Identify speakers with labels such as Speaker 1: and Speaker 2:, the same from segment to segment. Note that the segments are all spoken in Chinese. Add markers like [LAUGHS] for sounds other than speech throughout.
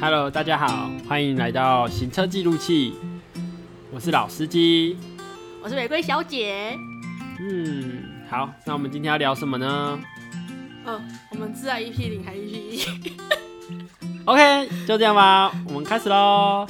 Speaker 1: Hello，大家好，欢迎来到行车记录器，我是老司机。
Speaker 2: 我是玫瑰小姐。
Speaker 1: 嗯，好，那我们今天要聊什么呢
Speaker 2: 嗯，我们自爱 EP 零还 EP [LAUGHS] 一，
Speaker 1: ？OK，就这样吧，我们开始喽。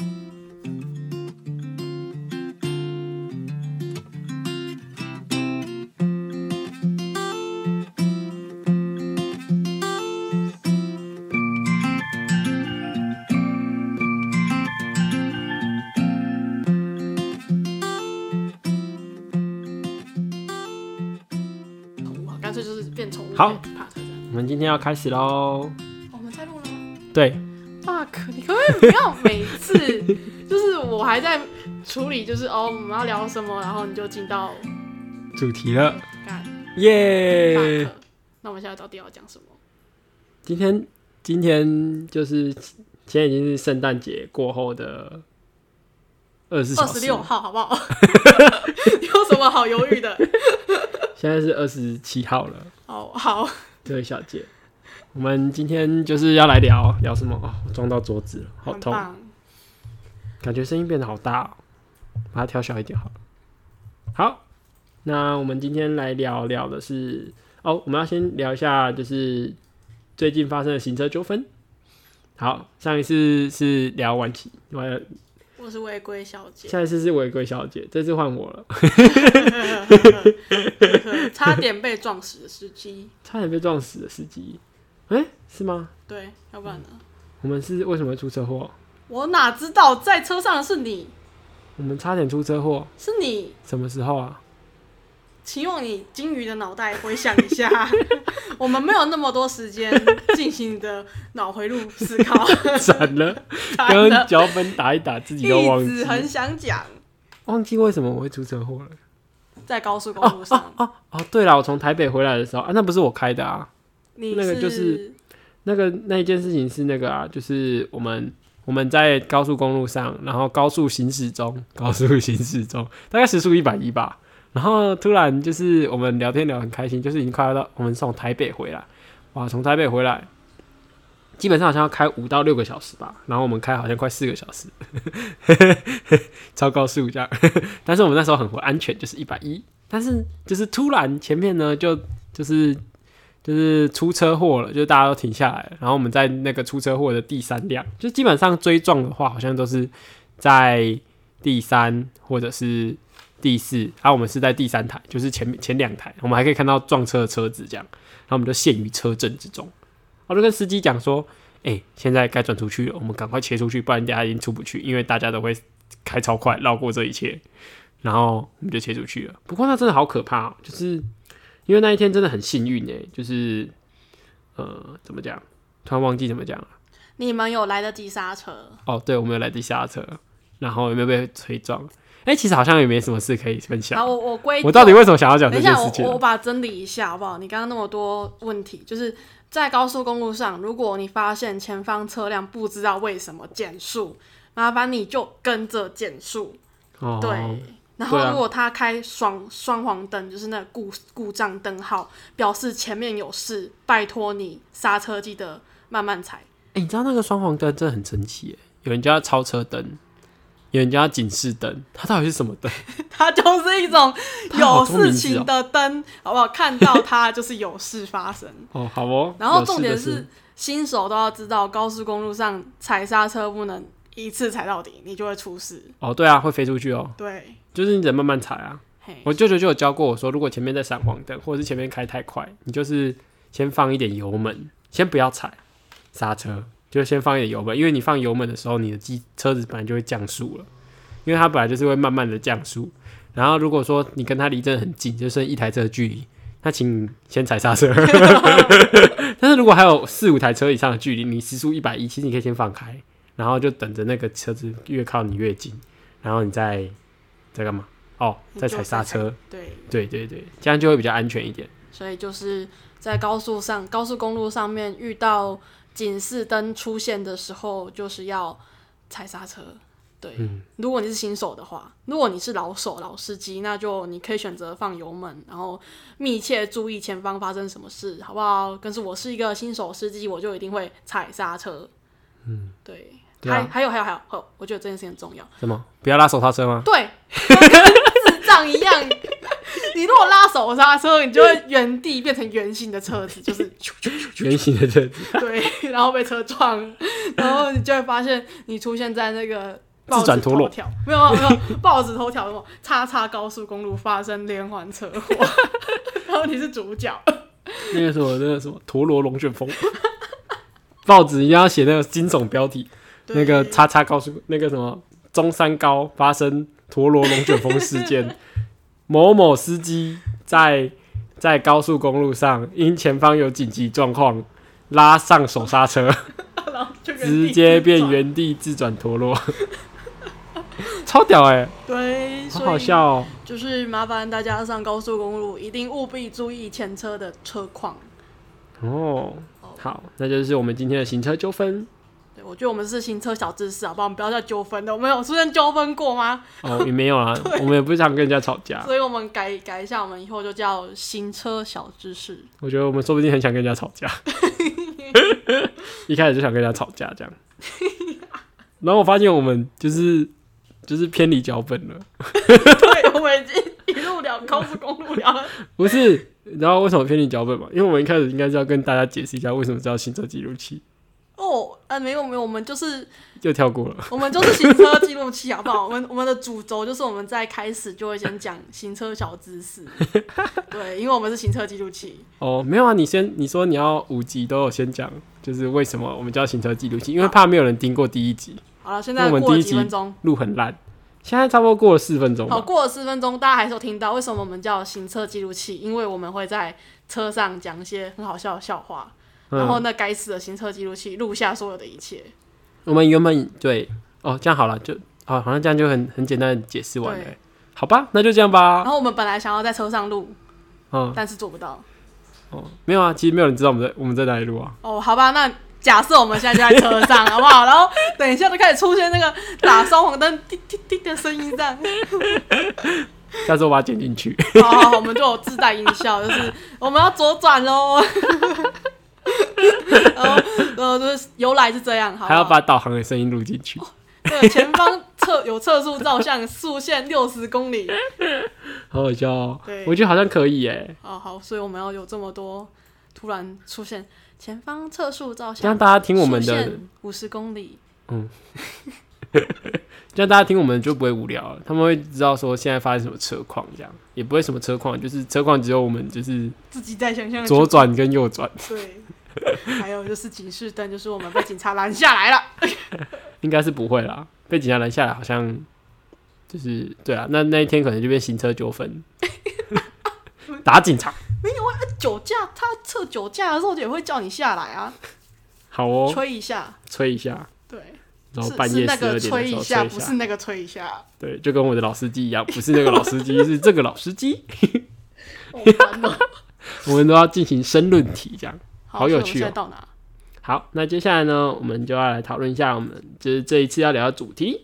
Speaker 2: 宠物啊，干脆就是变宠物。
Speaker 1: 好
Speaker 2: podcast 这样
Speaker 1: 我们今天要开始喽。
Speaker 2: 我们在录了吗
Speaker 1: 对，
Speaker 2: ？Fuck，你可不可以不要每
Speaker 1: [LAUGHS]
Speaker 2: 次就是我还在处理，就是哦我们要聊什么，然后你就进到
Speaker 1: 主题了，
Speaker 2: 干
Speaker 1: 耶、
Speaker 2: fuck。那我们现在到底要讲什么？
Speaker 1: 今天今天就是今天已经是圣诞节过后的二十四
Speaker 2: 二
Speaker 1: 小时，
Speaker 2: 十六号好
Speaker 1: [LAUGHS]
Speaker 2: 不好？你有什么好犹豫的？
Speaker 1: 现在是二十七号了。
Speaker 2: 好好，
Speaker 1: 这位小姐，我们今天就是要来聊聊什么？哦，我撞到桌子了，好
Speaker 2: 很
Speaker 1: 痛，
Speaker 2: 棒。
Speaker 1: 感觉声音变得好大、哦，把它调小一点好了。好，那我们今天来聊聊的是，哦，我们要先聊一下就是最近发生的行车纠纷。好，上一次是聊晚期，完了
Speaker 2: 我是玫瑰小
Speaker 1: [LAUGHS]
Speaker 2: 姐，
Speaker 1: 下一次是违规小姐，这次换我了，
Speaker 2: 差点被撞死的司机。
Speaker 1: 差点被撞死的司机。哎、是吗？
Speaker 2: 对，要不然呢？
Speaker 1: 我们是为什么会出车祸？
Speaker 2: 我哪知道在车上的是你，
Speaker 1: 我们差点出车祸，
Speaker 2: 是你。
Speaker 1: 什么时候啊？ [LAUGHS]
Speaker 2: 请用你金鱼的脑袋回想一 [LAUGHS] 下，我们没有那么多时间进行你的脑回路思考。
Speaker 1: 闪
Speaker 2: [LAUGHS]
Speaker 1: 了，
Speaker 2: 真
Speaker 1: 跟
Speaker 2: 的，
Speaker 1: 脚本打一打，自己都忘
Speaker 2: 一
Speaker 1: 记
Speaker 2: 直，很想讲，
Speaker 1: 忘记为什么我会出车祸了。
Speaker 2: 在高速公 [LAUGHS] 路上，
Speaker 1: 哦，对了，我从台北回来的时候啊，那不是我开的啊，
Speaker 2: 你
Speaker 1: 那个就是那个那一件事情是那个啊，就是我们我们在高速公路上，然后高速行驶中，高速行驶中，大概时速一百一吧，然后突然就是我们聊天聊得很开心，就是已经快要到我们从台北回来，哇，从台北回来。基本上好像要开五到六个小时吧，然后我们开好像快四个小时， [LAUGHS] 超高速这样。 [LAUGHS] 但是我们那时候很安全，就是一百一。但是就是突然前面呢，就就是就是出车祸了，就大家都停下来了，然后我们在那个出车祸的第三辆，就基本上追撞的话，好像都是在第三或者是第四，啊，我们是在第三台，就是前面前两台，我们还可以看到撞车的车子这样，然后我们就陷于车阵之中。我就跟司机讲说，哎、现在该转出去了，我们赶快切出去，不然大家已经出不去，因为大家都会开超快绕过这一切，然后我们就切出去了。不过那真的好可怕、哦，就是因为那一天真的很幸运哎、就是呃怎么讲，突然忘记怎么讲了。
Speaker 2: 你们有来得及刹车，
Speaker 1: 哦，对，我们有来得及刹车，然后有没有被吹撞？哎、其实好像也没什么事可以分
Speaker 2: 好，
Speaker 1: 享。
Speaker 2: 我我归
Speaker 1: 我到底为什么想要讲
Speaker 2: 等
Speaker 1: 这
Speaker 2: 一
Speaker 1: 件
Speaker 2: 下，
Speaker 1: 事
Speaker 2: 我
Speaker 1: 情
Speaker 2: 我？把它整理一下好不好？你刚刚那么多问题，就是在高速公路上，如果你发现前方车辆不知道为什么减速，麻烦你就跟着减速。
Speaker 1: 哦，
Speaker 2: 对。
Speaker 1: 对
Speaker 2: 然后
Speaker 1: 啊
Speaker 2: 如果他开双双黄灯，就是那个故故障灯号，表示前面有事，拜托你刹车记得慢
Speaker 1: [LAUGHS]
Speaker 2: 慢踩。
Speaker 1: 哎、你知道那个双黄灯真的很神奇耶，有人叫它超车灯，有人叫它警示灯，它到底是什么灯？
Speaker 2: 它就是一种
Speaker 1: 它好
Speaker 2: 有
Speaker 1: 多名
Speaker 2: 事
Speaker 1: 字哦
Speaker 2: 情的灯，好不好？看到它就是有事发生。
Speaker 1: 哦，好哦。
Speaker 2: 然
Speaker 1: 有
Speaker 2: 后
Speaker 1: 事
Speaker 2: 重点
Speaker 1: 的事
Speaker 2: 是，新手都要知道，高速公路上踩刹车不能一次踩到底，你就会出事。
Speaker 1: 哦，对啊，会飞出去哦，
Speaker 2: 对，
Speaker 1: 就是你得慢慢踩啊。
Speaker 2: 嘿，
Speaker 1: 我舅舅就有教过我说，如果前面在闪黄灯，或者是前面开太快，你就是先放一点油门，先不要踩刹车，就先放一点油门，因为你放油门的时候，你的机车子本来就会降速了，因为它本来就是会慢慢的降速。然后如果说你跟它离真的很近，就剩一台车的距离，那请先踩刹车。 [LAUGHS] 但是如果还有四五台车以上的距离，你时速一百一，其实你可以先放开，然后就等着那个车子越靠你越近，然后你再再干嘛？哦，再踩刹车。
Speaker 2: 对，
Speaker 1: 对对对，这样就会比较安全一点。
Speaker 2: 所以就是在高速上、高速公路上面遇到警示灯出现的时候，就是要踩刹车。对，
Speaker 1: 嗯
Speaker 2: 如果你是新手的话，如果你是老手、老司机，那就你可以选择放油门，然后密切注意前方发生什么事，好不好？但是我是一个新手司机，我就一定会踩刹车。嗯，对，
Speaker 1: 对啊
Speaker 2: 还还有还有还有，哦，我觉得这件事情很重要。
Speaker 1: 什么？不要拉手刹车 [LAUGHS] 吗？
Speaker 2: 对，就跟 [LAUGHS] 智障一样，你如果拉手刹车，你就会原地变成圆形的车子，
Speaker 1: [LAUGHS]
Speaker 2: 就是
Speaker 1: 圆形的车子，
Speaker 2: 对，然后被车撞，然后你就会发现你出现在那个报
Speaker 1: 自转
Speaker 2: 纸
Speaker 1: 陀螺
Speaker 2: 头条，没有没有没有报纸头条什么叉叉高速公路发生连环车祸， [LAUGHS] 然后你是主角，
Speaker 1: [LAUGHS] 那个什么，那个什么陀螺龙卷风， [LAUGHS] 报纸一定要写那个惊悚标题，
Speaker 2: 对
Speaker 1: 那个叉叉告诉那个什么中山高发生陀螺龙卷风事
Speaker 2: [LAUGHS]
Speaker 1: 件，某某司机在在高速公路上因前方有紧急状况拉上手刹车，
Speaker 2: 然后就原地
Speaker 1: 直接变
Speaker 2: 转，
Speaker 1: 原地自转陀螺， [LAUGHS] 超屌哎、
Speaker 2: 对，
Speaker 1: 好
Speaker 2: 所以
Speaker 1: 好笑哦、
Speaker 2: 就是麻烦大家上高速公路一定务必注意前车的车况。
Speaker 1: 哦，好，那就是我们今天的行车纠纷
Speaker 2: 对，我觉得我们是行车小知识，好不好？我们不要再纠纷了，我们有出现纠纷过吗？
Speaker 1: 哦，也没有
Speaker 2: [LAUGHS]
Speaker 1: 啦，我们也不想跟人家吵架，
Speaker 2: 所以我们改改一下，我们以后就叫行车小
Speaker 1: [LAUGHS]
Speaker 2: 知识。
Speaker 1: 我觉得我们说不定很想跟人家吵架，一开始就想跟人家吵架这样。然后我发现我们就是就是偏离脚本了，
Speaker 2: 对，我们已经一路聊高速公路聊了， [LAUGHS]
Speaker 1: 不是？然后为什么偏离脚本嘛？因为我们一开始应该是要跟大家解释一下为什么叫行车记录器，
Speaker 2: 哦，啊，没有没有，我们就是
Speaker 1: 又跳过了。
Speaker 2: 我们就是行车记录器，好不好？我们我们的主轴就是我们在开始就会先讲行车小
Speaker 1: [LAUGHS]
Speaker 2: 知识，对，因为我们是行车记录器，
Speaker 1: 哦，没有啊，你先你说你要五集都有先讲，就是为什么我们叫行车记录器，因为怕没有人听过第一集，
Speaker 2: 好了，现
Speaker 1: 那
Speaker 2: 在
Speaker 1: 我们
Speaker 2: 过
Speaker 1: 第
Speaker 2: 了
Speaker 1: 一
Speaker 2: 几
Speaker 1: 集
Speaker 2: 分钟，
Speaker 1: 路很烂，现在差不多过了四分钟
Speaker 2: 好，
Speaker 1: 吧。
Speaker 2: 过了十分钟，大家还是有听到为什么我们叫行车记录器，因为我们会在车上讲一些很好笑的笑话，然后
Speaker 1: 嗯，
Speaker 2: 那该死的行车记录器录下所有的一切。
Speaker 1: 我们原本对哦，这样好了，就哦，好像这样就很很简单的解释完了
Speaker 2: 对。哦
Speaker 1: 好吧，那就这样
Speaker 2: 然
Speaker 1: 吧。
Speaker 2: 后我们本来想要在车上录，
Speaker 1: 嗯，
Speaker 2: 但是做不到。
Speaker 1: 哦，没有啊，其实没有人知道我们在我们在哪里录
Speaker 2: [LAUGHS]
Speaker 1: 啊。
Speaker 2: 哦，好吧，那假设我们现在就在车上，好
Speaker 1: [LAUGHS]
Speaker 2: 不好？然后等一下就开始出现那个打双黄灯滴滴滴的声音，这样。
Speaker 1: 下次我把它剪进去。
Speaker 2: 好好好，我们就有自带音效，就是 [LAUGHS] 我们要左转喽。 [LAUGHS] 然后，呃，就是由来是这样，好不啊哦
Speaker 1: 还
Speaker 2: 好
Speaker 1: 要把导航的声音录进去。
Speaker 2: 对，前方测有测速照相，速限六十公里。
Speaker 1: 好好笑哦、
Speaker 2: 对
Speaker 1: 我觉得好像可以耶、
Speaker 2: 哦，好，所以我们要有这么多突然出现前方测速照
Speaker 1: 这样
Speaker 2: 相，
Speaker 1: 大家听我们的，
Speaker 2: 五十公里。
Speaker 1: 这样大家听我们就不会无聊了，他们会知道说现在发生什么车况，这样也不会什么车况，就是车况只有我们就是
Speaker 2: 自己在想象
Speaker 1: 左
Speaker 2: 中
Speaker 1: 转跟右转，
Speaker 2: 对，还有就是警示灯，就是我们被警察拦下来了。 [LAUGHS]
Speaker 1: 应该是不会啦。被警察拦下来，好像就是对啊，那那一天可能就变行车纠
Speaker 2: [LAUGHS]
Speaker 1: 纷，打警察。
Speaker 2: 啊酒驾，他测酒驾的时候也会叫你下来啊，
Speaker 1: 好哦，
Speaker 2: 吹一下。
Speaker 1: 吹一下，
Speaker 2: 对，
Speaker 1: 然后半
Speaker 2: 是是
Speaker 1: 夜
Speaker 2: 那
Speaker 1: 十
Speaker 2: 个
Speaker 1: 二点的时候
Speaker 2: 吹
Speaker 1: 吹一
Speaker 2: 一
Speaker 1: 下，
Speaker 2: 下，不是那个吹
Speaker 1: [LAUGHS]
Speaker 2: 一下。
Speaker 1: 对，就跟我的老司机一样，不是那个老司
Speaker 2: [LAUGHS]
Speaker 1: 机，是这个老司机。
Speaker 2: 哦完了
Speaker 1: 我们都要进行申论题，这样。好有
Speaker 2: 所以我们
Speaker 1: 趣哦
Speaker 2: 现在到哪？
Speaker 1: 好，那接下来呢，我们就要来讨论一下我们就是这一次要聊的主题。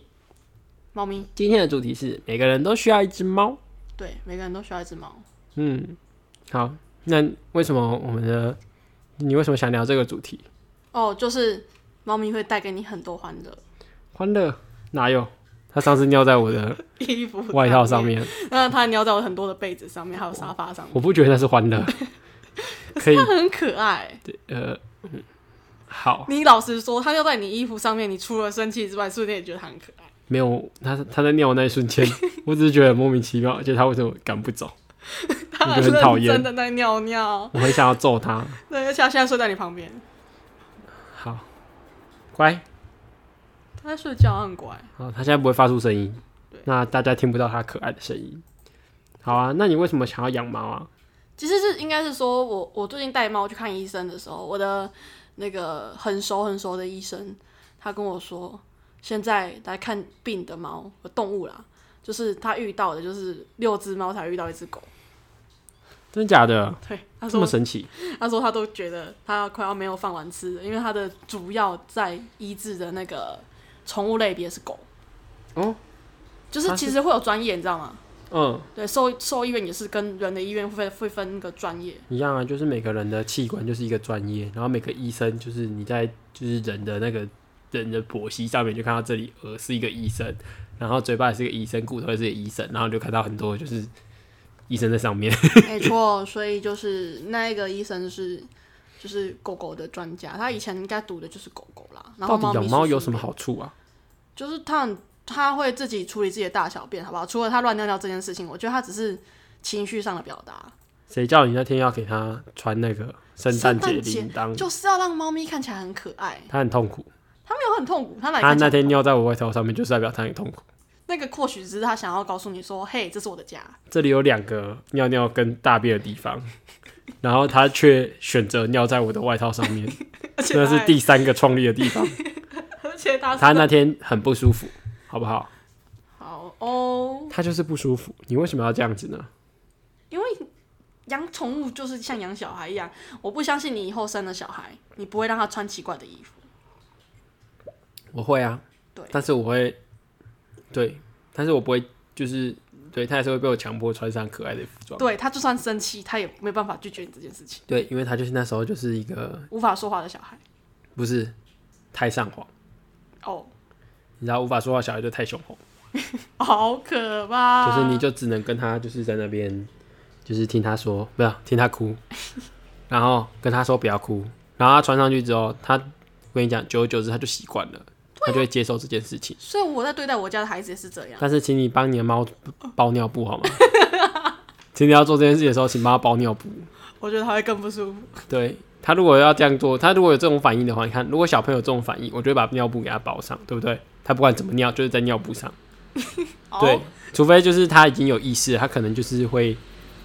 Speaker 2: 猫咪，
Speaker 1: 今天的主题是每个人都需要一只猫。
Speaker 2: 对，每个人都需要一只猫。
Speaker 1: 嗯，好，那为什么我们的你为什么想聊这个主题？
Speaker 2: 哦，就是猫咪会带给你很多欢乐。
Speaker 1: 欢乐哪有？他上次尿在我
Speaker 2: [LAUGHS]
Speaker 1: 的
Speaker 2: 衣服
Speaker 1: 外套上，面，
Speaker 2: [LAUGHS] 那它尿在我很多的被子上面，还有沙发上面，
Speaker 1: 我不觉得那是欢
Speaker 2: [LAUGHS]
Speaker 1: 乐。可以
Speaker 2: 它，很可爱。
Speaker 1: 呃，嗯好，
Speaker 2: 你老实说，它尿在你衣服上面，你除了生气之外，瞬间也觉得它很可爱。
Speaker 1: [LAUGHS] 没有他他在尿的那一瞬
Speaker 2: [LAUGHS]
Speaker 1: 间，我只是觉得很莫名其妙，而且他为什么赶不走？
Speaker 2: 它
Speaker 1: 你就很讨
Speaker 2: 认
Speaker 1: 厌
Speaker 2: 真的在尿尿，
Speaker 1: 我很想要揍他。
Speaker 2: 对，而且它现在睡在你旁边，
Speaker 1: 好，乖，
Speaker 2: 它在睡觉，它很乖。
Speaker 1: 好，他现在不会发出声音
Speaker 2: 对，
Speaker 1: 那大家听不到他可爱的声音。好啊，那你为什么想要养猫啊？
Speaker 2: 其实是应该是说我我最近带猫去看医生的时候，我的那个很熟很熟的医生，他跟我说，现在来看病的猫动物啦，就是他遇到的就是六只猫才遇到一只狗。
Speaker 1: 真的假的？
Speaker 2: 对，他
Speaker 1: 这
Speaker 2: 说
Speaker 1: 么神奇？
Speaker 2: 他说他都觉得他快要没有饭碗吃了，因为他的主要在医治的那个宠物类别是狗。
Speaker 1: 哦，
Speaker 2: 就是
Speaker 1: 它
Speaker 2: 其实会有专业，你知道吗？
Speaker 1: 嗯，
Speaker 2: 对，兽兽医院也是跟人的医院会会分一个专
Speaker 1: [LAUGHS]
Speaker 2: 业。
Speaker 1: 一样啊，就是每个人的器官就是一个专业，然后每个医生就是你在就是人的那个人的剖析上面，就看到这里耳是一个医生，然后嘴巴也是个医生，骨头也是个医生，然后就看到很多就是医生在上面。
Speaker 2: 没错，所以就是那一个医生是就是狗狗的专家，他以前应该读的就是狗狗啦。然后
Speaker 1: 到底养
Speaker 2: 咪
Speaker 1: 猫
Speaker 2: 是
Speaker 1: 有
Speaker 2: 属
Speaker 1: 什么
Speaker 2: 于？
Speaker 1: 好处啊？
Speaker 2: 就是他很他会自己处理自己的大小便，好不好？除了他乱尿尿这件事情，我觉得他只是情绪上的表达，
Speaker 1: 谁叫你那天要给它穿那个圣诞节铃铛？
Speaker 2: 就是要让猫咪看起来很可爱。
Speaker 1: 它很痛苦，
Speaker 2: 他没有很痛苦，他哪里
Speaker 1: 它
Speaker 2: 看起
Speaker 1: 那
Speaker 2: 来
Speaker 1: 天尿在我外套上面，就是代表它很痛苦。
Speaker 2: 那个或许只是他想要告诉你说，嘿，这是我的家。
Speaker 1: 这里有两个尿尿跟大便的地方，然后它却选择尿在我的外套上面，
Speaker 2: 而且
Speaker 1: 那
Speaker 2: 他
Speaker 1: 是
Speaker 2: 还，
Speaker 1: 第三个创立的地方。
Speaker 2: 而且他是
Speaker 1: 它那天很不舒服，好不好？
Speaker 2: 好哦，
Speaker 1: 它就是不舒服，你为什么要这样子呢？
Speaker 2: 因为养宠物就是像养小孩一样，我不相信你以后生了小孩，你不会让他穿奇怪的衣服。
Speaker 1: 我会啊，
Speaker 2: 对
Speaker 1: 但是我会，对，但是我不会，就是对它还是会被我强迫穿上可爱的服装。
Speaker 2: 对他就算生气，他也没办法拒绝你这件事情，
Speaker 1: 对，因为它就是那时候就是一个
Speaker 2: 无法说话的小孩。
Speaker 1: 不是太上皇，
Speaker 2: 哦，
Speaker 1: 你知道无法说话小孩就太雄厚，
Speaker 2: 好可怕！
Speaker 1: 就是你就只能跟他就是在那边，就是听他说，不要听他哭，然后跟他说不要哭，然后他穿上去之后，他我跟你讲，久而久之他就习惯了，他就会接受这件事情。
Speaker 2: 所以我在对啊待我家的孩子也是这样。
Speaker 1: 但是请你帮你的猫包尿布好吗？ [LAUGHS] 请你要做这件事的时候，请帮它包尿布。
Speaker 2: 我觉得他会更不舒服。
Speaker 1: 对他如果要这样做，他如果有这种反应的话，你看，如果小朋友有这种反应，我就会把尿布给他包上，对不对？他不管怎么尿，就是在尿布上。对
Speaker 2: 哦，，
Speaker 1: 除非就是他已经有意识了，他可能就是会，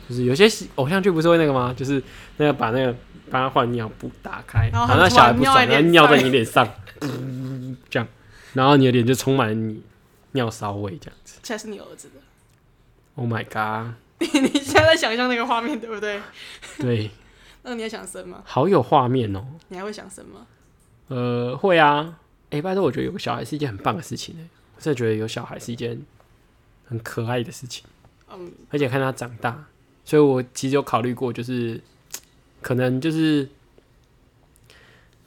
Speaker 1: 就是有些喜偶像剧不是会那个吗？就是那个把那个把他换尿布打开，
Speaker 2: 然后他
Speaker 1: 那
Speaker 2: 突
Speaker 1: 小
Speaker 2: 然
Speaker 1: 孩不爽，
Speaker 2: 尿在
Speaker 1: 然后
Speaker 2: 脸
Speaker 1: 尿在
Speaker 2: 上
Speaker 1: 你脸上，嗯这样，然后你的脸就充满了你尿骚味，这样子。
Speaker 2: 现在是你儿子的， [LAUGHS]
Speaker 1: Oh my god！
Speaker 2: 你你现在在想象那个画面对不对？
Speaker 1: 对，
Speaker 2: 那你也想生吗？
Speaker 1: 好有画面哦、
Speaker 2: 你还会想生吗？
Speaker 1: 呃，会啊。哎、拜托，我觉得有个小孩是一件很棒的事情哎、我真的觉得有小孩是一件很可爱的事情。
Speaker 2: 嗯，
Speaker 1: 而且看他长大，所以我其实有考虑过，就是可能就是，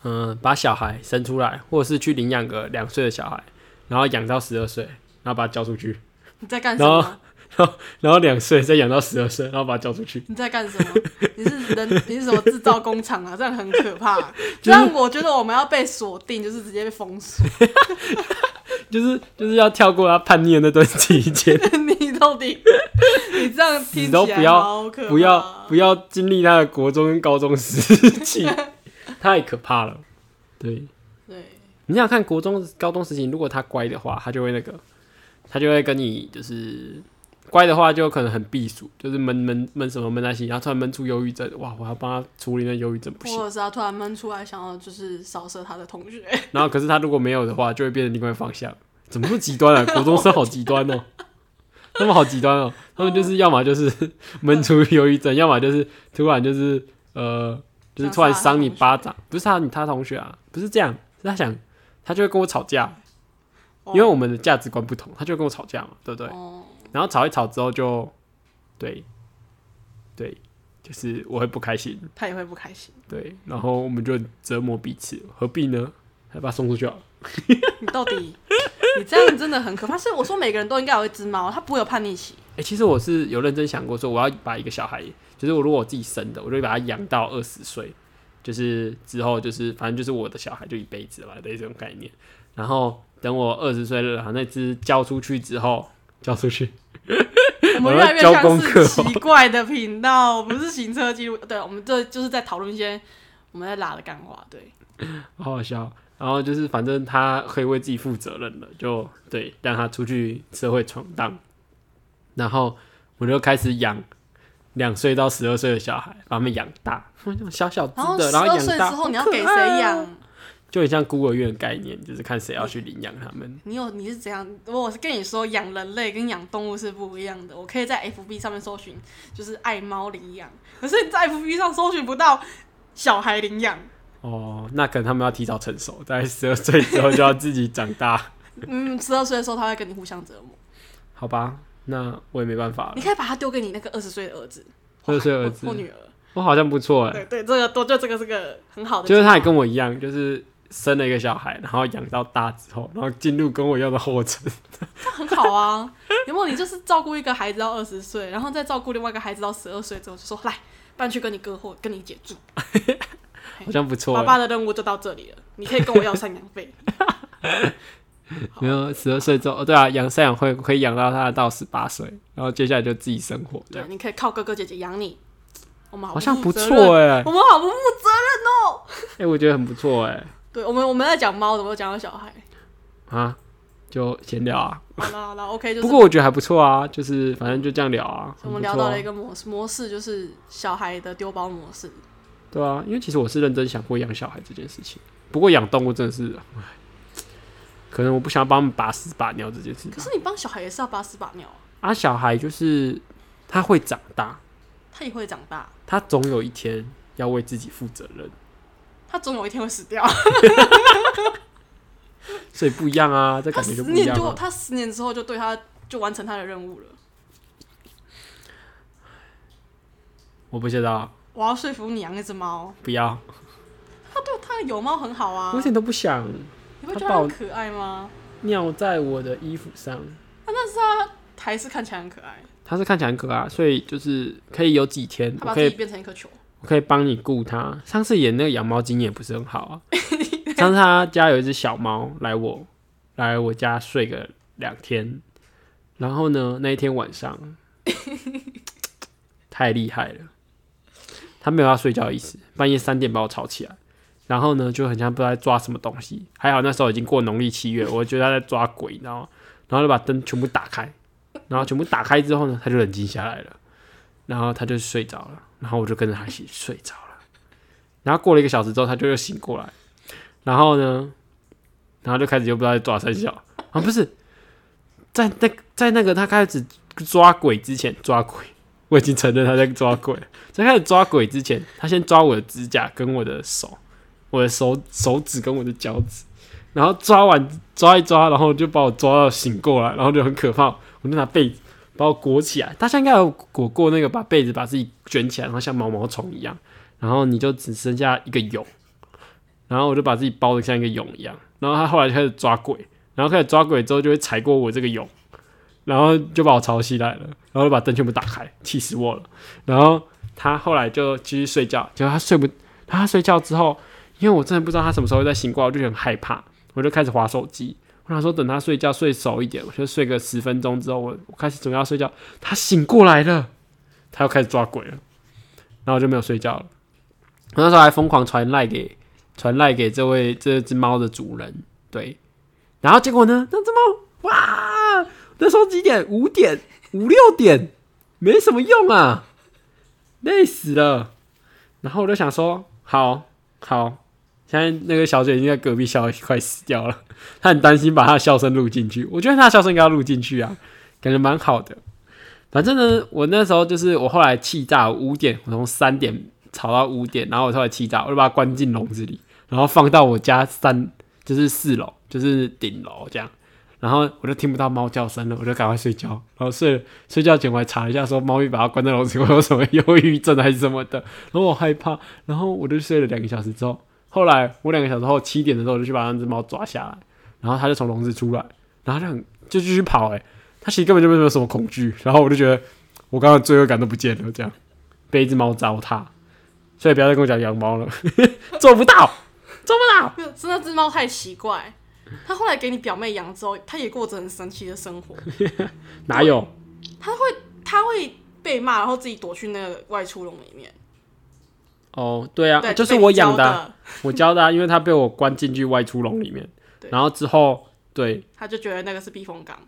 Speaker 1: 嗯、把小孩生出来，或者是去领养个两岁的小孩，然后养到十二岁，然后把他交出去，
Speaker 2: 你在干什么？
Speaker 1: 然后两岁再养到十二岁，然后把他交出去。
Speaker 2: 你在干什么？你是人？你是什么制造工厂啊？这样很可怕、
Speaker 1: [LAUGHS]
Speaker 2: 这样我觉得我们要被锁定，就是直接被封锁。 [LAUGHS]
Speaker 1: 就是就是要跳过他叛逆的那段期间，
Speaker 2: 你到底，你这样听
Speaker 1: 死都
Speaker 2: 起
Speaker 1: 不
Speaker 2: 来
Speaker 1: 要
Speaker 2: 好 [LAUGHS] 可怕。啊
Speaker 1: 不要不要经历他的国中跟高中时期，太可怕了。对，
Speaker 2: 对，
Speaker 1: 你想想看，国中、高中时期，如果他乖的话，他就会那个，他就会跟你就是乖的话，就可能很避暑，就是闷闷闷什么闷那些，然后突然闷出忧郁症，哇，我要帮他处理那忧郁症不
Speaker 2: 或
Speaker 1: 行。
Speaker 2: 者是他突然闷出来，想要就是扫射他的同学。
Speaker 1: 然后可是他如果没有的话，就会变成另外一个方向，怎么那么极端啊？国中生好极端哦、他们好极端哦、他们就是要么就是 [LAUGHS] 闷出忧郁症，要么就是突然就是呃，就是突然赏你巴掌，不是他你他同学啊，不是这样，是他想他就会跟我吵架。
Speaker 2: 哦
Speaker 1: [LAUGHS] 因为我们的价值观不同，他就跟我吵架嘛，对不对？
Speaker 2: 哦，
Speaker 1: 然后吵一吵之后就，对，对，就是我会不开心，
Speaker 2: 他也会不开心。
Speaker 1: 对，然后我们就折磨彼此，何必呢？还把他送出去好了。
Speaker 2: 你到底，你这样真的很可怕。是我说每个人都应该有一只猫，它不会有叛逆期。
Speaker 1: 哎、其实我是有认真想过，说我要把一个小孩，就是我如果我自己生的，我就会把他养到二十岁，就是之后就是反正就是我的小孩就一辈子吧，类似这种概念。然后等我二十岁了，那只交出去之后， [LAUGHS] 交出去，
Speaker 2: 我们越来越
Speaker 1: 我要教功
Speaker 2: 像
Speaker 1: 课
Speaker 2: 是
Speaker 1: 哦
Speaker 2: 奇怪的频道，不是行车记录。对，我们这就是在讨论一些我们在拉的干话。对，
Speaker 1: 好好笑。然后就是，反正他可以为自己负责任了，就对，让他出去社会闯荡。然后我就开始养两岁到十二岁的小孩，把他们养大， [LAUGHS] 那种小小只
Speaker 2: 然后
Speaker 1: 的，
Speaker 2: 十
Speaker 1: 然后
Speaker 2: 二
Speaker 1: 养
Speaker 2: 岁
Speaker 1: 大
Speaker 2: 之后你要
Speaker 1: 好
Speaker 2: 给
Speaker 1: 可爱
Speaker 2: 谁
Speaker 1: 哦
Speaker 2: 养？
Speaker 1: 就很像孤儿院的概念，就是看谁要去领养他
Speaker 2: [LAUGHS]
Speaker 1: 们。
Speaker 2: 你有你是怎样？我是跟你说，养人类跟养动物是不一样的。我可以在 FB 上面搜寻，就是爱猫领养，可是你在 FB 上搜寻不到小孩领养。
Speaker 1: 哦，那可能他们要提早成熟，在十二岁之后就要自己长大，
Speaker 2: 嗯，十二岁的时候他会跟你互相折磨。
Speaker 1: 好吧？那我也没办法了
Speaker 2: 你。可以把它丢给你那个二十岁的儿子，
Speaker 1: 20岁
Speaker 2: 或
Speaker 1: 儿子
Speaker 2: 或女儿。
Speaker 1: 我好像不错哎、
Speaker 2: 对对，这个多就这个是个很好的计划，
Speaker 1: 就是他也跟我一样，就是生了一个小孩，然后养到大之后，然后进入跟我一样的后尘。
Speaker 2: 很好啊。有没有？你就是照顾一个孩子到二十岁，然后再照顾另外一个孩子到十二岁之后，就说来搬去跟你哥或跟你姐住。
Speaker 1: 好像不错
Speaker 2: 爸
Speaker 1: 欸。
Speaker 2: 爸的任务就到这里了，你可以跟我要赡养
Speaker 1: [LAUGHS]
Speaker 2: 费。
Speaker 1: 没有十二岁之后，哦对啊，养赡养会可以养到他到十八岁，然后接下来就自己生活这
Speaker 2: 对，
Speaker 1: 样，
Speaker 2: 你可以靠哥哥姐姐养你。我们好
Speaker 1: 好像不
Speaker 2: 负责任
Speaker 1: 错哎、
Speaker 2: 我们好不负责任哦。
Speaker 1: 哎、我觉得很不错哎、
Speaker 2: 对，我们我们在讲猫，怎么讲到小孩？
Speaker 1: 啊，就闲聊啊。
Speaker 2: 好啦好啦，OK，就是
Speaker 1: 不过我觉得还不错啊，就是反正就这样聊啊，
Speaker 2: 我
Speaker 1: 很
Speaker 2: 们
Speaker 1: 不
Speaker 2: 聊
Speaker 1: 错、
Speaker 2: 到
Speaker 1: 啊
Speaker 2: 了一。个模式模式，就是小孩的丢包模式。
Speaker 1: 对啊，因为其实我是认真想过养小孩这件事情，不过养动物真的是，唉可能我不想帮他们把屎把尿这件事
Speaker 2: 可
Speaker 1: 吧。
Speaker 2: 是你帮小孩也是要把屎把尿啊，
Speaker 1: 啊，小孩就是他会长大，
Speaker 2: 他也会长大，
Speaker 1: 他总有一天要为自己负责任，
Speaker 2: 他总有一天会死掉。
Speaker 1: 所以不一样啊，这
Speaker 2: 他
Speaker 1: 感觉
Speaker 2: 十
Speaker 1: 就不一
Speaker 2: 年
Speaker 1: 样
Speaker 2: 就
Speaker 1: 了。
Speaker 2: 他十年之后就对他就完成他的任务了。
Speaker 1: 我不知道，
Speaker 2: 我要说服你养一只猫，
Speaker 1: 不要，
Speaker 2: 啊他对他的有猫很好啊
Speaker 1: 我一，点都不想
Speaker 2: 你不
Speaker 1: 他
Speaker 2: 觉得它
Speaker 1: 抱
Speaker 2: 很可爱吗？
Speaker 1: 尿在我的衣服上。
Speaker 2: 还是看起来很可爱，
Speaker 1: 它是看起来很可爱，所以就是可以有几天，我
Speaker 2: 他把
Speaker 1: 可
Speaker 2: 自
Speaker 1: 以
Speaker 2: 己变成一颗球。
Speaker 1: 我可以帮你雇它。上次演那个养猫经验也不是很好啊。上次他家有一只小猫来我来我家睡个两天，然后呢那一天晚上太厉害了，它没有要睡觉的意思，半夜三点把我吵起来。然后呢，就很像不知道在抓什么东西。还好那时候已经过农历七月，我觉得它在抓鬼，你知道吗？然后就把灯全部打开，然后全部打开之后呢，它就冷静下来了，然后它就睡着了，然后我就跟着它一起睡着了。然后过了一个小时之后，它就又醒过来，然后呢，然后就开始又不知道在抓三小啊，不是，在那在那个它开始抓鬼之前抓鬼。我已经承认它在抓鬼了，在开始抓鬼之前，它先抓我的指甲跟我的手，我的手手指跟我的脚趾，然后抓完抓一抓，然后就把我抓到醒过来，然后就很可怕，我就拿被子把我裹起来。大家应该有裹过那个把被子把自己卷起来，然后像毛毛虫一样，然后你就只剩下一个蛹，然后我就把自己包的像一个蛹一样，然后他后来就开始抓鬼，然后开始抓鬼之后就会踩过我这个蛹。然后就把我吵起来了，然后就把灯全部打开，气死我了。然后他后来就继续睡觉，结果他睡不，他睡觉之后，因为我真的不知道他什么时候会再醒过来，我就很害怕，我就开始划手机。我想说等他睡觉睡熟一点，我就睡个十分钟之后，我我开始准备要睡觉，他醒过来了，他又开始抓鬼了，然后我就没有睡觉了。我那时候还疯狂传赖给传赖给这位这只猫的主人，对，然后结果呢，那只猫哇，那时候几点？五点、五六点，没什么用啊，累死了。然后我就想说，好好，现在那个小姐已经在隔壁笑快死掉了，她很担心把她的笑声录进去。我觉得她的笑声应该要录进去啊，感觉蛮好的。反正呢，我那时候就是我后来气炸，五点我从三点吵到五点，然后我后来气炸，我就把它关进笼子里，然后放到我家三就是四楼，就是顶楼这样。然后我就听不到猫叫声了，我就赶快睡觉。然后睡睡觉前我还查了一下，说猫咪把它关在笼子里会有什么忧郁症还是什么的。然后我害怕，然后我就睡了两个小时之后，后来我两个小时后七点的时候，我就去把那只猫抓下来，然后它就从笼子出来，然后它就很就继续跑、欸，哎，它其实根本就没有什么恐惧，然后我就觉得我刚刚罪恶感都不见了，这样被一只猫糟蹋，所以不要再跟我讲养猫了， [LAUGHS] 做不到，做不到。
Speaker 2: 没有，是那只猫太奇怪。它后来给你表妹养之后，它也过着很神奇的生活。
Speaker 1: 哪有？
Speaker 2: 它会被骂，然后自己躲去那个外出笼里面。
Speaker 1: 哦，对啊，
Speaker 2: 对，
Speaker 1: 就是
Speaker 2: 被
Speaker 1: 我
Speaker 2: 教
Speaker 1: 养的啊、
Speaker 2: 的，
Speaker 1: 我教的、啊，因为他被我关进去外出笼里面
Speaker 2: 对，
Speaker 1: 然后之后对，
Speaker 2: 它就觉得那个是避
Speaker 1: [LAUGHS]
Speaker 2: 风港，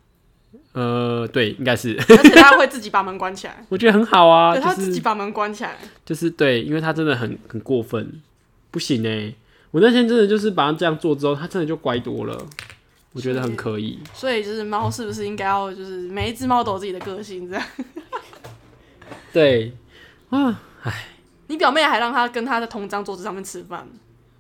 Speaker 1: 呃，对，应该是， [LAUGHS]
Speaker 2: 而且它会自己把门关起来。
Speaker 1: 我觉得很好啊，
Speaker 2: 对，它
Speaker 1: 就
Speaker 2: 自己
Speaker 1: 是
Speaker 2: 把门关起来。
Speaker 1: 就是对，因为他真的很很过分，不行哎、我那天真的就是把他这样做之后，他真的就乖多了，我觉得很可以。
Speaker 2: 所以就是猫是不是应该要就是每一只猫都有自己的个性这样？ [LAUGHS]
Speaker 1: 对，
Speaker 2: 你表妹还让它跟它在同一张桌子上面吃饭，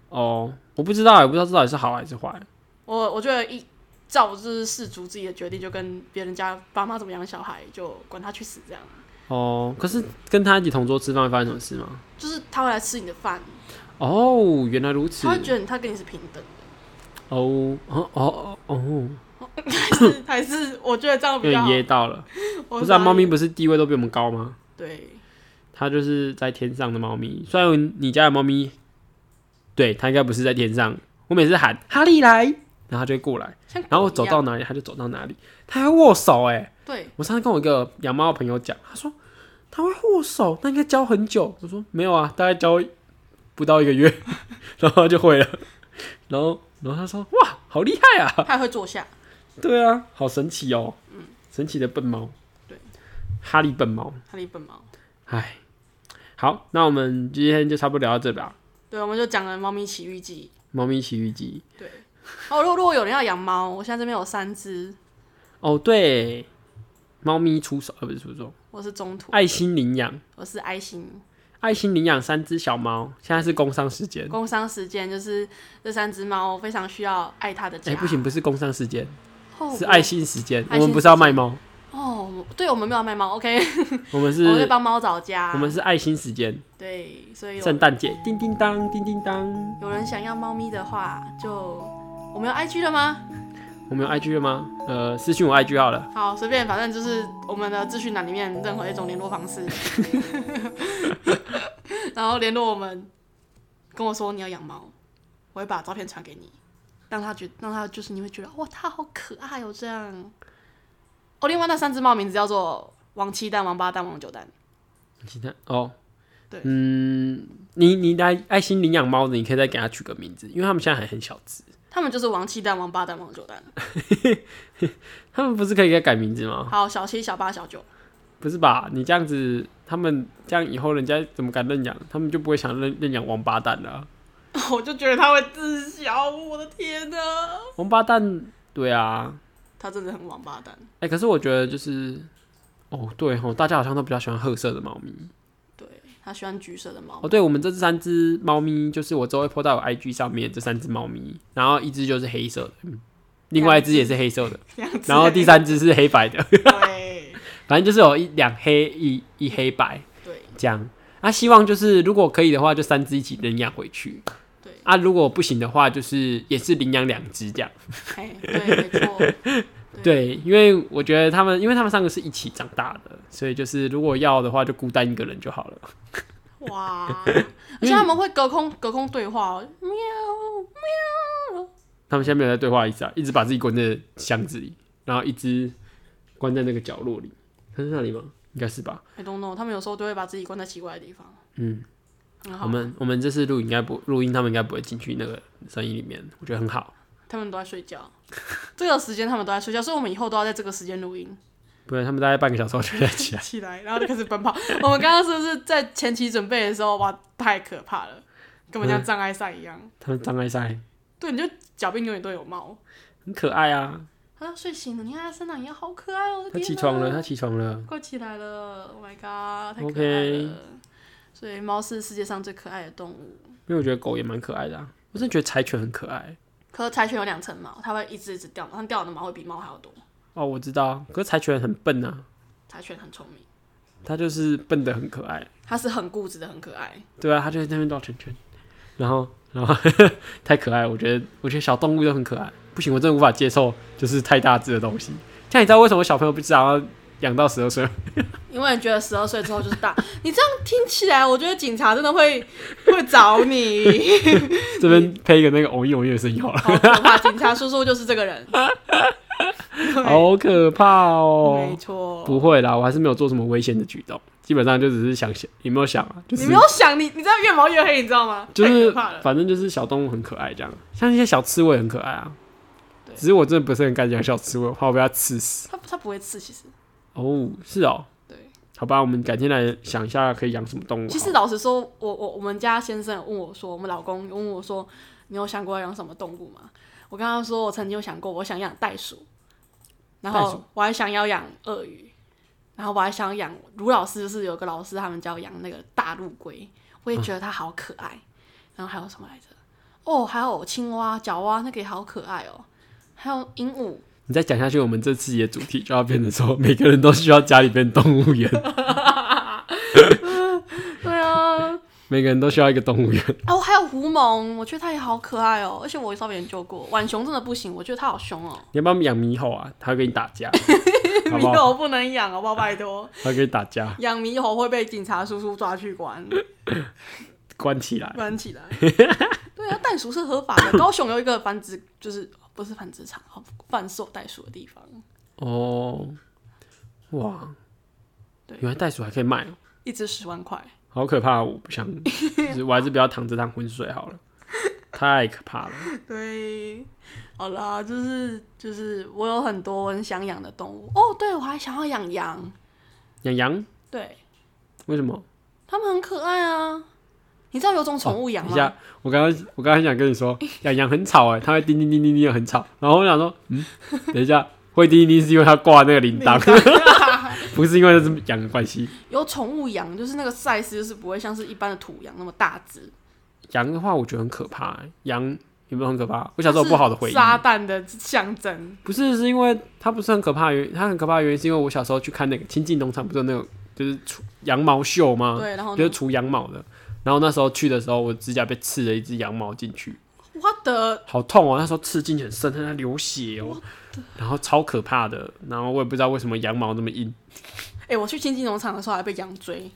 Speaker 1: 哦，我不知道欸，我不知道这到底是好还是坏。
Speaker 2: 我我觉得一照就是事主自己的决定，就跟别人家爸妈怎么养小孩，就管他去死这样。
Speaker 1: 哦，可是跟他一起同桌吃饭会发生什么事吗？
Speaker 2: 就是他会来吃你的饭，
Speaker 1: 哦，原来如此
Speaker 2: 他。会觉得他跟你是平
Speaker 1: [COUGHS]
Speaker 2: 等的，
Speaker 1: 哦哦哦哦，
Speaker 2: 是还是我觉得这样
Speaker 1: 有
Speaker 2: 比
Speaker 1: 点
Speaker 2: 较好。
Speaker 1: 噎到了。
Speaker 2: 我
Speaker 1: 不是啊，
Speaker 2: 傻眼
Speaker 1: 猫咪不是地位都比我们高吗？
Speaker 2: 对，
Speaker 1: 它就是在天上的猫咪。虽然你家的猫咪，对它应该不是在天上。我每次喊哈利来，然后它就会过来，
Speaker 2: 像
Speaker 1: 然后
Speaker 2: 狗
Speaker 1: 我
Speaker 2: 一
Speaker 1: 走
Speaker 2: 样
Speaker 1: 到哪里它就走到哪里，它还会握手哎、
Speaker 2: 对，
Speaker 1: 我上次跟我一个养猫的朋友讲，他说他会握手，那应该教很久。我说没有啊，大概教不到一个月， [LAUGHS] 然后他就会了。然后，然后他说哇，好厉害啊！
Speaker 2: 他还会坐下，
Speaker 1: 对啊，好神奇哦，神奇的笨猫，
Speaker 2: 对，
Speaker 1: 哈利笨猫，
Speaker 2: 他的一本猫。
Speaker 1: 唉，好，那我们今天就差不多聊到这吧。
Speaker 2: 对，我们就讲了《猫咪奇遇记
Speaker 1: 猫咪奇遇记，》。
Speaker 2: 对，哦，如果如果有人要养猫，我现在这边有三只，
Speaker 1: 哦对，猫咪出手，呃不是出手，
Speaker 2: 我是中途，
Speaker 1: 爱心领养，
Speaker 2: 我是爱心。
Speaker 1: 爱心领养三只小猫，现在是工伤时间。
Speaker 2: 工伤时间就是这三只猫非常需要爱它的家。
Speaker 1: 哎、不行，不是工伤时间。
Speaker 2: 哦，
Speaker 1: 是爱心时间，
Speaker 2: 爱
Speaker 1: 我
Speaker 2: 心
Speaker 1: 们不是要卖猫，
Speaker 2: 哦，对，我们没有卖猫，OK，
Speaker 1: 我们
Speaker 2: 哦我
Speaker 1: 是，
Speaker 2: 们会帮猫找家。
Speaker 1: 我们是爱心时间，
Speaker 2: 对，所以有
Speaker 1: 圣诞节，叮叮当，叮叮当，
Speaker 2: 有人想要猫咪的话，就我们有 IG 了吗？
Speaker 1: 我们有 IG 了吗？呃，私信我 IG 好了，
Speaker 2: 好，随便，反正就是我们的资讯栏里面任何一种联络方式， [LAUGHS] 然后联络我们，跟我说你要养猫，我会把照片传给你，让他觉让他就是你会觉得哇，它好可爱哦，这样。哦，另外那三只猫名字叫做王七蛋、王八蛋、王九蛋。
Speaker 1: 其他哦，
Speaker 2: 对
Speaker 1: 嗯，你你来爱心领养猫的，你可以再给它取个名字，因为他们现在还很小只，
Speaker 2: 他们就是王七蛋、王八蛋、王九蛋。
Speaker 1: 他们不是可以给它改名字吗？
Speaker 2: 好，小七、小八、小九。 [LAUGHS]
Speaker 1: 不是吧？你这样子，他们这样以后人家怎么敢认养？他们就不会想认认养王八蛋了啊、
Speaker 2: 我就觉得他会自小，我的天哪！
Speaker 1: 王八蛋，对啊，
Speaker 2: 他真的很王八蛋。
Speaker 1: 哎、可是我觉得就是，哦，对吼，大家好像都比较喜欢褐色的猫咪。
Speaker 2: 对他喜欢橘色的猫
Speaker 1: 哦，，对，我们这三只猫咪就是我周会 po 到我 IG 上面这三只猫咪，然后一只就是黑色的，嗯，另外一只也是黑色的，
Speaker 2: 两只
Speaker 1: 然后第三只是黑白的， [LAUGHS]
Speaker 2: 对
Speaker 1: 反正就是有一两黑一一黑白
Speaker 2: 对
Speaker 1: 这样。啊，希望就是如果可以的话，就三只一起领养回去。
Speaker 2: 对，
Speaker 1: 啊，如果不行的话，就是也是领养两只这样。
Speaker 2: 哎对，没错，
Speaker 1: 对，因为我觉得他们，因为他们三个是一起长大的，所以就是如果要的话，就孤单一个人就好了。
Speaker 2: 哇！而且他们会隔空隔空对话哦，喵喵，
Speaker 1: 他们现在没有在对话一次啊，一直把自己关在箱子里，然后一直关在那个角落里。他是那里吗？应该是吧。
Speaker 2: I don't know，他们有时候都会把自己关在奇怪的地方，
Speaker 1: 嗯，
Speaker 2: 很
Speaker 1: 我
Speaker 2: 好，
Speaker 1: 们我们这次录影应该不录音，他们应该不会进去那个声音里面，我觉得很好。
Speaker 2: 他们都在睡觉， [LAUGHS] 这个时间他们都在睡觉，所以我们以后都要在这个时间录音。
Speaker 1: 不然他们大概半个小时后就会起来。
Speaker 2: 起来，然后就开始奔跑。 [LAUGHS] 我们刚刚是不是在前期准备的时候，哇，太可怕了，根本像障碍赛一样。
Speaker 1: 他们张开塞
Speaker 2: 对，你就脚边永远都有猫。
Speaker 1: 很可爱啊，
Speaker 2: 他要睡醒了，你看他身上也好可爱哦！我的
Speaker 1: 他
Speaker 2: 天
Speaker 1: 起
Speaker 2: 哪
Speaker 1: 床了，他起床了。
Speaker 2: 快起来了！Oh my god，太可
Speaker 1: OK
Speaker 2: 爱了。所以猫是世界上最可爱的动物。
Speaker 1: 因为我觉得狗也蛮可爱的、啊，我真的觉得柴犬很可爱。啊
Speaker 2: 可是柴犬有两层毛，它会一直一直掉毛，它掉的毛会比猫还要多。
Speaker 1: 哦，我知道啊，可是柴犬很笨啊，
Speaker 2: 柴犬很聪明，
Speaker 1: 它就是笨的很可爱。
Speaker 2: 它是很固执的，很可爱。
Speaker 1: 对啊，它就在那边绕圈圈，然后然后太可爱了，我觉得我觉得小动物都很可爱。不行，我真的无法接受就是太大只的东西。像你知道为什么小朋友不想要养到十二
Speaker 2: [LAUGHS]
Speaker 1: 岁吗？
Speaker 2: 因为你觉得十二岁之后就是大， [LAUGHS] 你这样听起来，我觉得警察真的会会找你，
Speaker 1: 这边配一个那个偶一偶一的声音好了，
Speaker 2: 好可怕！警察叔叔就是这个人，
Speaker 1: 好可怕
Speaker 2: 没
Speaker 1: 哦！
Speaker 2: 错。
Speaker 1: 不会啦，我还是没有做什么危险的举动，基本上就只是想想有没有想啊，就
Speaker 2: 你
Speaker 1: 是
Speaker 2: 没有想你，你知道越毛越黑，你知道吗？
Speaker 1: 就
Speaker 2: 太
Speaker 1: 是
Speaker 2: 可怕了。
Speaker 1: 反正就是小动物很可爱这样，像一些小刺猬很可爱啊
Speaker 2: 对。
Speaker 1: 只是我真的不是很敢养小刺猬，我怕我被它刺死。
Speaker 2: 它它不会刺，其实
Speaker 1: 哦，是哦，
Speaker 2: 对。
Speaker 1: 好吧，我们改天来想一下可以养什么动物好了。
Speaker 2: 其实老实说，我我我们家先生有问我说，我们老公有问我说，你有想过要养什么动物吗？我跟他说，我曾经有想过，我想养袋鼠，然
Speaker 1: 袋鼠
Speaker 2: 后我还想要养鳄鱼，然后我还想养卢老师，就是有个老师他们家有养那个大陆龟，我也觉得它好可爱。然后还有什么来着？哦，还有青蛙、角蛙，那个也好可爱哦。还有鹦鹉，
Speaker 1: 你再讲下去，我们这次的主题就要变成说，每个人都需要家里边动物园。 [LAUGHS]
Speaker 2: 对啊，
Speaker 1: 每个人都需要一个动物园。
Speaker 2: 哦，还有狐獴，我觉得它也好可爱哦，而且我稍微研究过，浣熊真的不行，我觉得它好凶哦，
Speaker 1: 你要不要养猕猴啊？它会跟你打
Speaker 2: [LAUGHS]
Speaker 1: 架，好
Speaker 2: 猕
Speaker 1: 不好？
Speaker 2: 猴不能养，好不好？ [LAUGHS] 拜托，
Speaker 1: 它会跟你打架，
Speaker 2: 养猕猴会被警察叔叔抓去关， [LAUGHS]
Speaker 1: 关起来。
Speaker 2: 关
Speaker 1: [LAUGHS]
Speaker 2: 起来。对啊，袋鼠是合法的，高雄有一个繁殖，就是不是繁殖场，好贩售袋鼠的地方，
Speaker 1: 哦，哇
Speaker 2: 对，
Speaker 1: 原来袋鼠还可以卖哦，
Speaker 2: 一只十万块。
Speaker 1: 好可怕！哦我不想，就是我还是不要淌这趟浑水好了，太可怕了。
Speaker 2: [LAUGHS] 对，好啦，就是就是我有很多很想养的动物哦，对我还想要养羊，
Speaker 1: 养羊
Speaker 2: 对，
Speaker 1: 为什么？
Speaker 2: 它们很可爱啊。你知道有种宠物
Speaker 1: 等
Speaker 2: 羊
Speaker 1: 一
Speaker 2: 吗？
Speaker 1: 下，我刚刚我刚刚想跟你说， [LAUGHS] 养羊很吵哎，它会叮叮叮叮叮很吵。然后我想说，嗯， [LAUGHS] 等一下会叮叮叮是因为它挂那个铃铛， [LAUGHS] 不是因为那只羊的关系。
Speaker 2: 有宠物羊，就是那个 size 就是不会像是一般的土羊那么大只。
Speaker 1: 羊的话，我觉得很可怕、欸。羊有没有很可怕？我
Speaker 2: 我
Speaker 1: 小时候有不好的回忆，
Speaker 2: 撒旦的象征。
Speaker 1: 不是是因为它不是很可怕的原因，它很可怕的原因是因为我小时候去看那个亲近农场，不是有那种就是除羊毛秀吗？
Speaker 2: 对，然哦后
Speaker 1: 啊就是
Speaker 2: 呢
Speaker 1: 除羊毛的。然后那时候去的时候，我指甲被刺了一只羊毛进去，
Speaker 2: ，what the
Speaker 1: 好痛哦！那时候刺进去很深，它在流血哦，然后超可怕的。然后我也不知道为什么羊毛那么硬，
Speaker 2: 哎、我去亲近农场的时候还被羊追，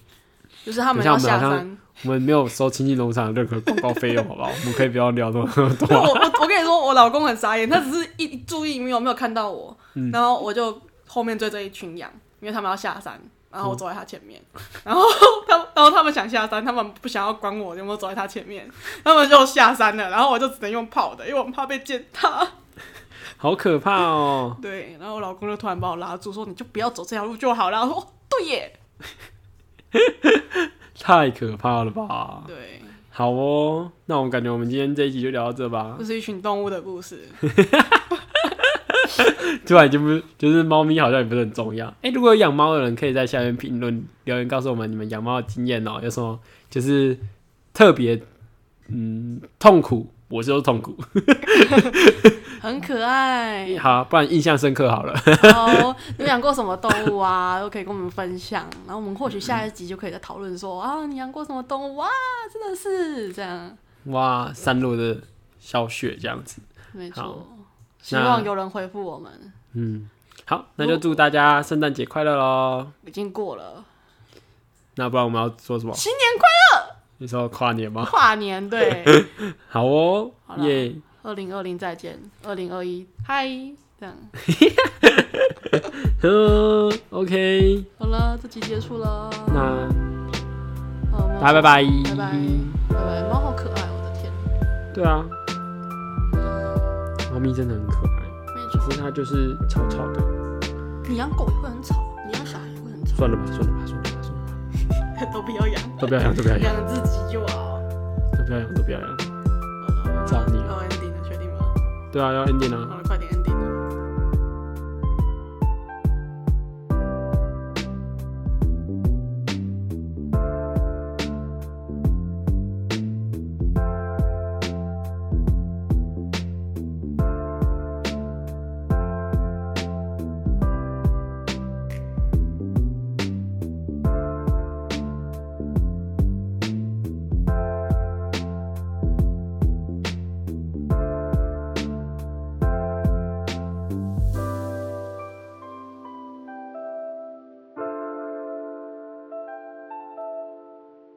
Speaker 2: 就是他
Speaker 1: 等
Speaker 2: 们
Speaker 1: 一下
Speaker 2: 要
Speaker 1: 我们
Speaker 2: 下
Speaker 1: 好像
Speaker 2: 山。 [LAUGHS]
Speaker 1: 我们没有收亲近农场的任何广告费用，好 [LAUGHS] 不好？我们可以不要聊那么多
Speaker 2: 对，我我我跟你说，我老公很傻眼，他只是一注意没有没有看到我，
Speaker 1: 嗯
Speaker 2: 然后我就后面追着一群羊，因为他们要下山，然
Speaker 1: 嗯
Speaker 2: 后我走在他前面，然后他们然后他们想下山，他们不想要管我有没有走在他前面，他们就下山了，然后我就只能用跑的，因为我很怕被践踏。
Speaker 1: 好可怕哦！
Speaker 2: 对，然后我老公就突然把我拉住，说你就不要走这条路就好了。我说哦，对耶，
Speaker 1: 太可怕了吧！
Speaker 2: 对，
Speaker 1: 好哦，那我们感觉我们今天这一集就聊到这吧
Speaker 2: 这。是一群动物的故事。
Speaker 1: 突然就不就是猫咪好像也不是很重要。哎、如果有养猫的人，可以在下面评论留言告诉我们你们养猫的经验哦、有什么就是特别嗯痛苦，我就是痛苦。，
Speaker 2: 很可爱
Speaker 1: 好，不然印象深刻好了。
Speaker 2: [LAUGHS] 好，你养过什么动物啊？都可以跟我们分享，然后我们或许下一集就可以再讨论说啊，你养过什么动物啊？真的是这样，
Speaker 1: 哇，散落的小雪这样子。
Speaker 2: 没
Speaker 1: 好
Speaker 2: 错。希望有人回复我们，
Speaker 1: 嗯，好，那就祝大家圣诞节快乐喽。
Speaker 2: 已经过了
Speaker 1: 那不然我们要说什么？
Speaker 2: 新年快
Speaker 1: 你说跨年吗？
Speaker 2: 跨
Speaker 1: [LAUGHS]
Speaker 2: 年，对，
Speaker 1: 好哦
Speaker 2: 好，啦
Speaker 1: 耶、
Speaker 2: 二零二零再见，二零二一嗨，这样
Speaker 1: 呵 OK。
Speaker 2: 好了，这集结束了，
Speaker 1: 那
Speaker 2: 好我们
Speaker 1: 大家拜拜，
Speaker 2: 拜拜拜拜，猫好可爱，哦我的天，
Speaker 1: 对啊，猫咪真的很可爱，
Speaker 2: 没
Speaker 1: 可
Speaker 2: 错，
Speaker 1: 是它就是吵吵的。
Speaker 2: 你养狗也会很吵，你养小孩也会很吵，
Speaker 1: 算了吧，算了吧，算了吧，算了吧，
Speaker 2: 都不要养，
Speaker 1: 都不要养，都不 [LAUGHS] 要养，
Speaker 2: 养自己就好。
Speaker 1: 都不要养，都不要养。
Speaker 2: 好了
Speaker 1: 找你
Speaker 2: 要 ending 哦了，确定吗？
Speaker 1: 对啊，要 ending 啊。
Speaker 2: 好了，快点 ending 了。